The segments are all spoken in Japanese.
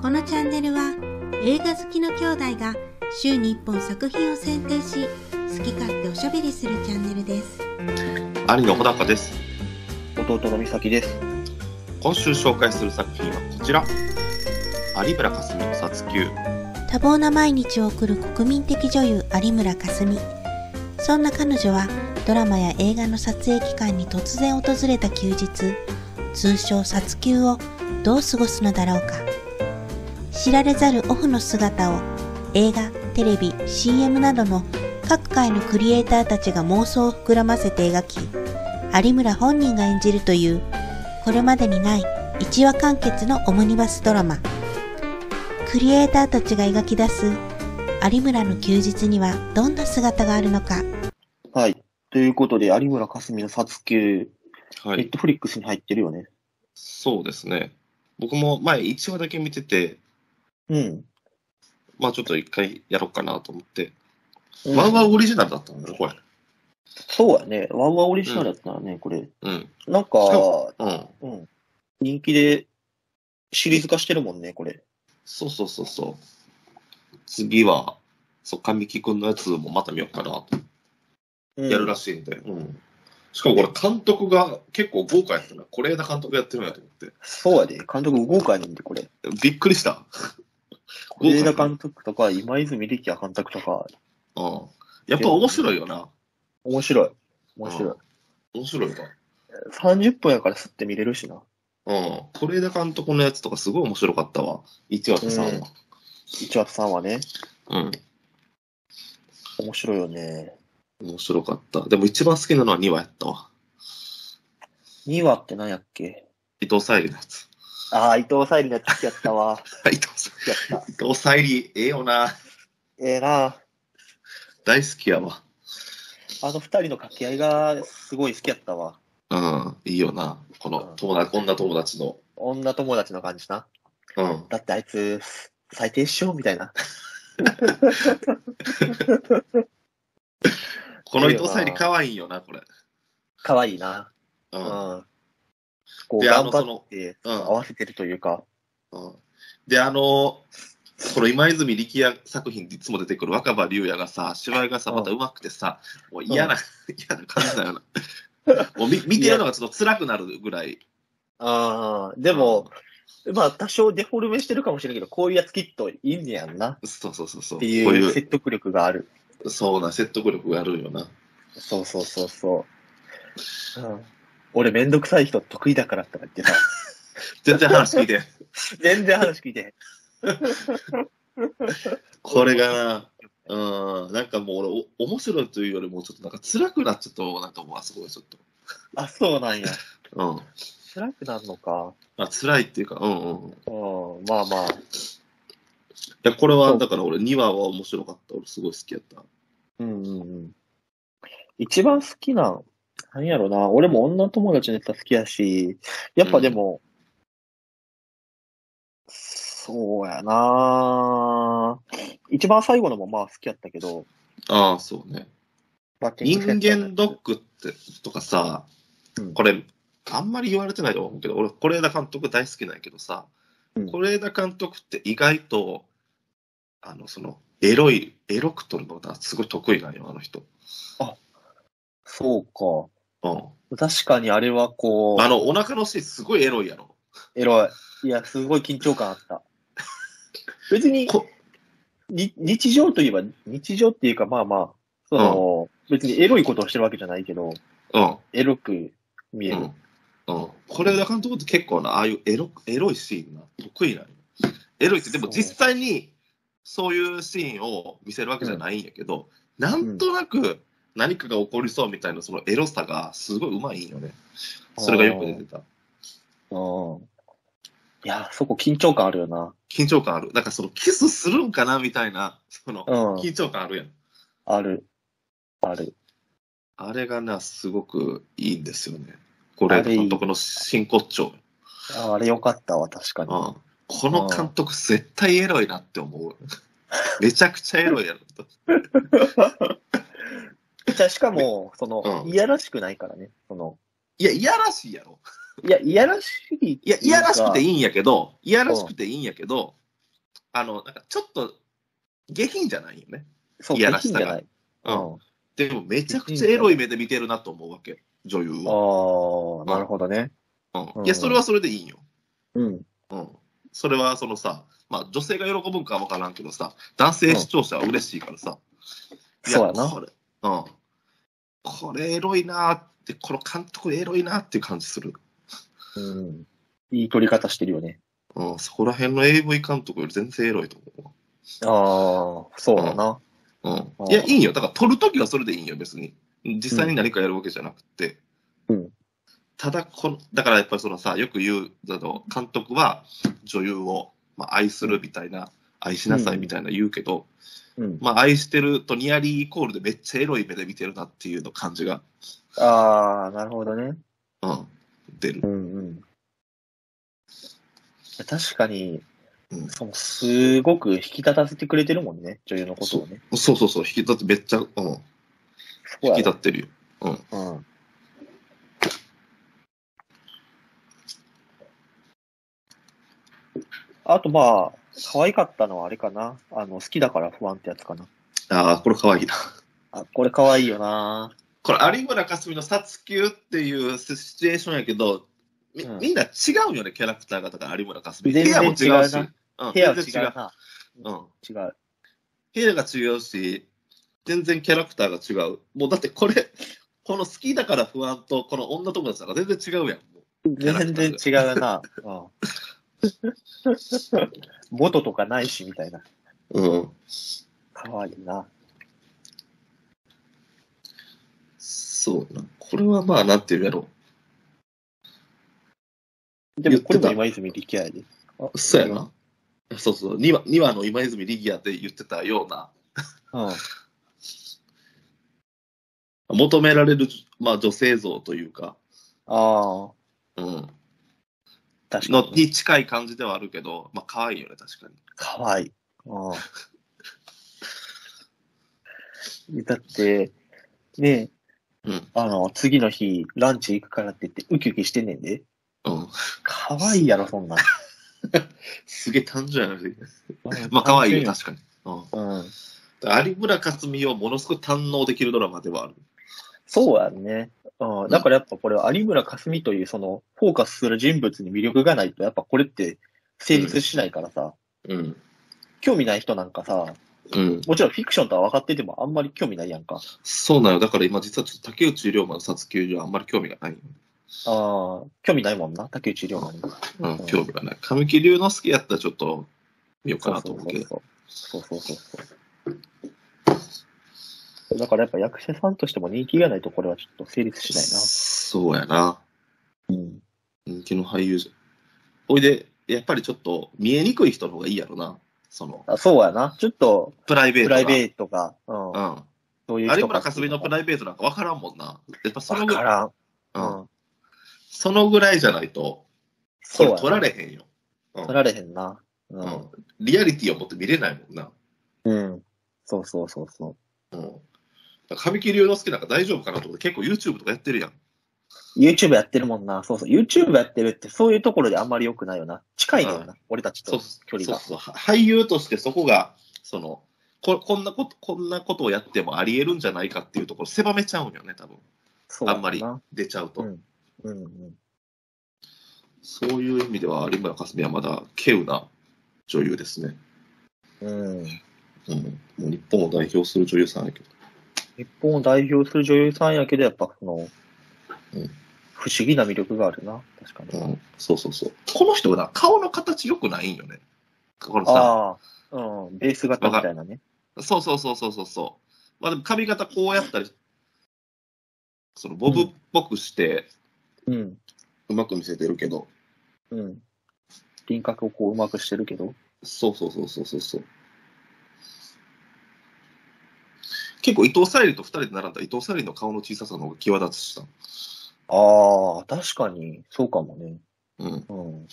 このチャンネルは映画好きの兄弟が週に1本作品を選定し好き勝手おしゃべりするチャンネルです兄の穂高です弟の美咲です。今週紹介する作品はこちら有村架純の殺球多忙な毎日を送る国民的女優有村架純そんな彼女はドラマや映画の撮影期間に突然訪れた休日通称「撮休」をどう過ごすのだろうか知られざるオフの姿を映画テレビ CM などの各界のクリエイターたちが妄想を膨らませて描き有村本人が演じるというこれまでにない一話完結のオムニバスドラマクリエイターたちが描き出す有村の休日にはどんな姿があるのかはい。ということで、有村架純の殺球、はネットフリックスに入ってるよね。そうですね僕も前1話だけ見ててうん。まあちょっと一回やろうかなと思って、うんワンワンオリジナルだったんだねこれそうやね。ワンワンオリジナルだったらね、これ。うんなんしかか、うんうん。人気でシリーズ化してるもんね、これ。そうそうそうそう次はそう神木君のやつもまた見ようかなと、うん、やるらしいんで、うん、しかもこれ監督が結構豪華やったな是枝監督やってるんやと思ってそうやで。監督豪華やねんで、これ。びっくりした。豪華映田監督とか、今泉力也監督とか、うん。やっぱ面白いよな。面白い。面白い。面白いわ。 30分やからすって見れるしな。うん。是枝監督のやつとかすごい面白かったわ。1話と3話。 1話と3話ね。うん。面白いよね。面白かった。でも一番好きなのは2話やったわ。 2話って何やっけ伊藤沙莉のやつ。ああ、伊藤沙莉のやつ好きやったわ。 伊藤沙好きやった。伊藤沙莉、ええよな。ええなあ大好きやわ。あの二人の掛け合いがすごい好きやったわ。うん。いいよな。この友達、こんな友達の。女友達の感じな。うん。だってあいつ、最低っしょみたいな。この伊藤沙莉可愛いよな、これ。可愛いな。う。うんん。こうであの頑張ってそのうん合わせてるというか。うんで、あの、この今泉力也作品でいつも出てくる若葉龍也がさ、芝居がさ、うんまた上手くてさ、もう嫌な、 嫌な感じだよな。もう 見見てるのがちょっと辛くなるぐらい。ああ、でも、まあ多少デフォルメしてるかもしれんけど、こういうやつきっといいんねやんな。そうそうそうそう。ってこういうい説得力がある。う、そうな、説得力があるよな。そうそうそうそう。うん。俺めんどくさい人得意だからとか言 ってさ、全然話聞いて。全然話聞いてへん。 これがな、うん、なんかもう俺、お面白いというよりも、ちょっとなんか辛くなっちゃったなんかもう、あすごい、ちょっと。あ、そうなんや。うん。辛くなるのか。まあ、辛いっていうか、うんうん。いうん、まあまあ。や、これそは、うだから俺、2話は面白かった。俺、すごい好きやった。うんうんうん。一番好きな、何やろな。俺も女友達のやつは好きやし、やっぱでも、そうやな一番最後のもまあ好きやったけど、ああ、そうね。バッティ人ングセンターのやつ間ドックってとかさ、うんこれ、あんまり言われてないと思うけど、俺、是枝監督大好きなんやけどさ、うん是枝監督って意外と、あの、その、エロい、エロく撮るのがすごい得意なんよ、あの人。そううん。か。確かにあれはこあの、お腹のシーンすごいエロいやろ。う、エロい。いや、すごい緊張感あ った。別に、こに日常といえば、日常っていうかまあまあ、その、別にエロいことをしてるわけじゃないけど、うん。エロく見えうる。ん。うん。是枝監督って結構な、ああいうエロ、エロいシーンが得意なんよ。エロいって、でもそう実際に、そういうシーンを見せるわけじゃないんやけど、なんとなく何かが起こりそうみたいな、そのエロさがすごいうまいんよね。それがよく出てた。うん。いや、そこ緊張感あるよな。緊張感ある。なんかそのキスするんかなみたいな、そのうん。緊張感あるやん。ある。ある。あれがな、すごくいいんですよね。これ、監督の真骨頂。ああれよかったわ、確かに。うんこの監督絶対エロいなって思 う。めちゃくちゃエロいやろ。じゃあしかも、その、うんいやらしくないからね。その、いや、いやらしいやろ。いや、いやらしい。いや、いやらしくていい。いんやけど、いやらしくていいんやけど、あの、なんかちょっと下品じゃないよね。そう、いやら下し品さじがゃない。う。うんん。でもめちゃくちゃエロい目で見てるなと思うわけ、女優は。ああ、なるほどね。う、うんんいや、それはそれでいいんよ。うん。うん。それはそのさ、まあ女性が喜ぶんかは分からんけどさ、男性視聴者は嬉しいからさ。いそうやなこれ、うん。これエロいなーって、この監督エロいなーっていう感じする。うん。いい撮り方してるよね。うん、そこら辺の AV 監督より全然エロいと思ああ、そうだな。うわ。うあん。ーいや、いいんよ。だから撮るときはそれでいいんよ、別に。実際に何かやるわけじゃなくて。うん。ただこの、だからやっぱりそのさ、よく言う、あの監督は女優を、まあ、愛するみたいな、愛しなさいみたいな言うけど、うん。まあ、愛してるとニアリーイコールでめっちゃエロい目で見てるなっていうの感じが、ああ、なるほどね。うん、出るう。んうん。確かに、うんそのすごく引き立たせてくれてるもんね、女優のことをね。そうそうそう、引き立ってめっちゃ、うん、引そきこや立ってるよ。うん。あとまあ、可愛かったのはあれかな。あの、好きだから不安ってやつかな。ああ、これ可愛いな。あ、これ可愛いよな。これ、有村架純の殺球っていうシチュエーションやけど、み,、うんん、みんな違うよね、キャラクターが。だから、有村架純。全然部屋も違うし違う。うん部屋は違全然うな。うん。違う。部屋が違うし、全然キャラクターが違う。もうだってこれ、この好きだから不安と、この女友達なんか全然違うやん。もう全然違 うな。うん。元とかないし、みたいな。うん。可愛いな。そうやな。これはまあ、なんていうんやろで言もこれってもた今泉力也で。あう。そうや。な。そうそう。2話 ,2 話の今泉力也で言ってたような、うん。求められる、まあ、女性像というか、ああ、うん。確かのに。に近い感じではあるけど、まあ、可愛いよね、確かに。かわいい。うん。だって、ねえ、うんあの、次の日、ランチ行くからって言って、ウキウキしてんねんで。うん。かわいいやろ、そんなん。すげえ単純やな。 まあ、可愛いよ、確かに。うん。うん。有村架純をものすごく堪能できるドラマではある。そうやね。うん、だからやっぱこれは有村架純というそのフォーカスする人物に魅力がないとやっぱこれって成立しないからさ、うん。興味ない人なんかさ、うん。もちろんフィクションとは分かっててもあんまり興味ないやんか。そうなのよ。だから今実はちょっと竹内涼真の殺球場あんまり興味がないよ。ああ、興味ないもんな、竹内涼真に。うんう、ん興味がない。神木隆之介やったらちょっと見ようかなと思うけど。そうそうそうそう。だからやっぱ役者さんとしても人気がないとこれはちょっと成立しなそうやな。いな。うん。人気の俳優じゃ。おいで、やっぱりちょっと見えにくい人の方がいいやろな。その、あそうやな。ちょっとプライベープトライが。ベートが、うん、うん。そういう人有村架純のプライイベートなんかわからんもんな。やっぱそのわぐからい、らん。うん、ん。そのぐらいじゃないと、こそうれやな取られへんよ。うん取られへんな。ううんん。リアリティを持って見れないもんな。うん。そうそうそうそう。うん。神木隆之介なんか大丈夫かなと思って結構 YouTube とかやってるやん。 YouTube やってるもんな。そうそう。YouTube やってるって、そういうところであんまり良くないよな。近いのよな。俺たちそうとそ距う離が。そうそう俳優としてそこが、そのこ、こんなこと、こんなことをやってもあり得るんじゃないかっていうところ狭めちゃうんよね、多分。そうあやんまりな出ちゃうと。うんうんうん。そういう意味では、有村架純はまだ、稀有な女優ですね。うん。うん。もう日本を代表する女優さんやけど。日本を代表する女優さんやけど、やっぱその、うん不思議な魅力があるな。確かに。うん。そうそうそう。この人が顔の形良くないんよね。このさ、ああ、うん。ベース型みたいなね。そうそうそうそうそうそう。まあでも髪型こうやったり、そのボブっぽくして、うん。うまく見せてるけど、うん。輪郭をこううまくしてるけど。そうそうそうそうそうそう。結構伊藤沙莉と二人で並んだ伊藤沙莉の顔の小ささの方が際立つしさ。ああ、確かに、そうかもね。うん。うん。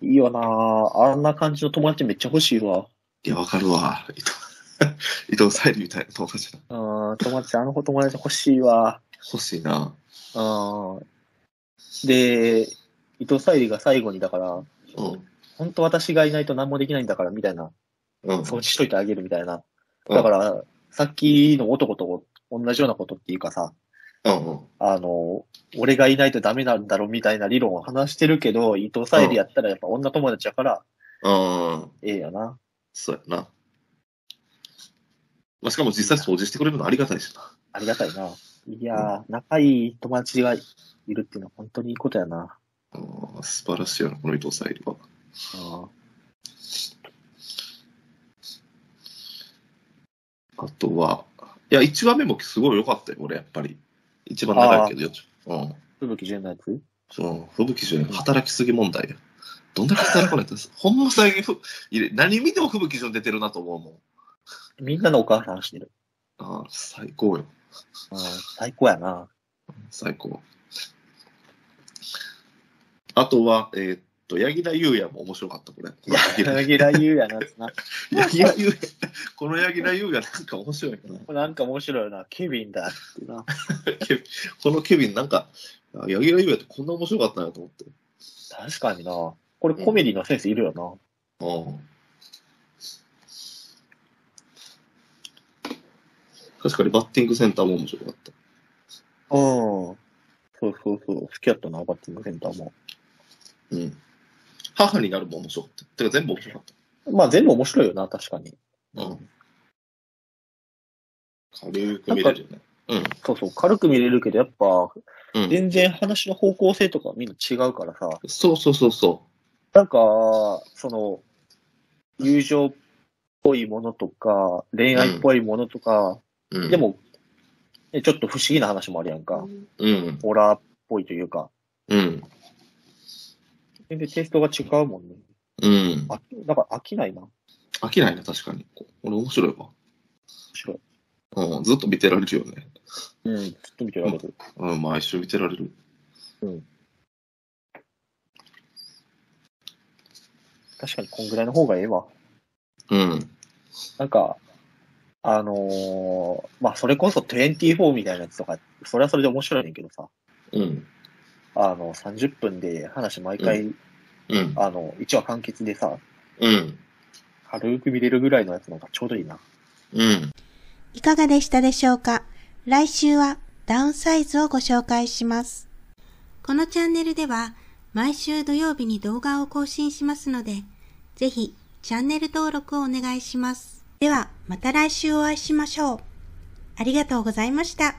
いいよなああんな感じの友達めっちゃ欲しいわ。いや、わかるわ。伊藤 伊藤沙莉みたいな友達だ。うん、友達、あの子友達欲しいわ。欲しいな。うん。で、伊藤沙莉が最後に、だから、うん。本当私がいないと何もできないんだから、みたいな、うん。掃除しといてあげるみたいな。うんだから、さっきの男と同じようなことっていうかさ、うんうん。あの、俺がいないとダメなんだろうみたいな理論を話してるけど、伊藤沙莉やったらやっぱ女友達やから、うん。ええよな。そうやな。まあ、しかも実際掃除してくれるのありがたいしな。ありがたいな。いやー、仲いい友達がいるっていうのは本当にいいことやな。うん素晴らしいよな、この伊藤沙莉は。うんあとは、いや、1話目もすごい良かったよ、俺、やっぱり。一番長いけどよ。うん。吹雪純のやつその、吹雪純、働きすぎ問題や。どんだけ働かないと、 ほんま最近ふ、いれ何見ても吹雪純出てるなと思うもん。みんなのお母さんしてる。ああ、最高よ。うん、最高やな。最高。あとは、えーっと、柳楽優也も面白かった、これ。柳楽優やなってな。柳楽優也、 この柳楽優也なんか面白いな。これなんか面白いよな。ケビンだってな。ケこのケビンなんか、あ柳楽優也ってこんな面白かったんやと思って。確かにな。これコメディのセンスいるよな。うん確かにバッティングセンターも面白かった。うん。そうそうそう。好きやったな、バッティングセンターも。うん。母になるも面白かった。てか全部面白かっまあ全部面白いよな、確かに。た。うん。軽く見れるよね。そうそう。軽く見れるけど、やっぱ、うん。全然話の方向性とかみんな違うからさ。そうそうそうそなんか、その、友情っぽいものとか、恋愛っぽいものとか、う。うん、で、も、ねちょっと不思議な話もあるやんか。うん。ホラーっぽいというか、うん。全然テイストが違うもんね。うん。あだから飽きないな。面飽きないな、確かに。これ面白いわ。白い。うん、ずっと見てられるよね。うん、ずっと見てられる。うん、毎週見てられる。確かにこんぐらいの方がええわ。うん。なんか、あのーまあ、それこそ24みたいなやつとか、それはそれで面白いねんけどさ、うん。あの、30分で話毎回、うん。あの、1話完結でさ、うん。軽く見れるぐらいのやつの方がちょうどいいな。うん。いかがでしたでしょうか来週はダウンサイズをご紹介します。このチャンネルでは毎週土曜日に動画を更新しますので、ぜひチャンネル登録をお願いします。ではまた来週お会いしましょう。ありがとうございました。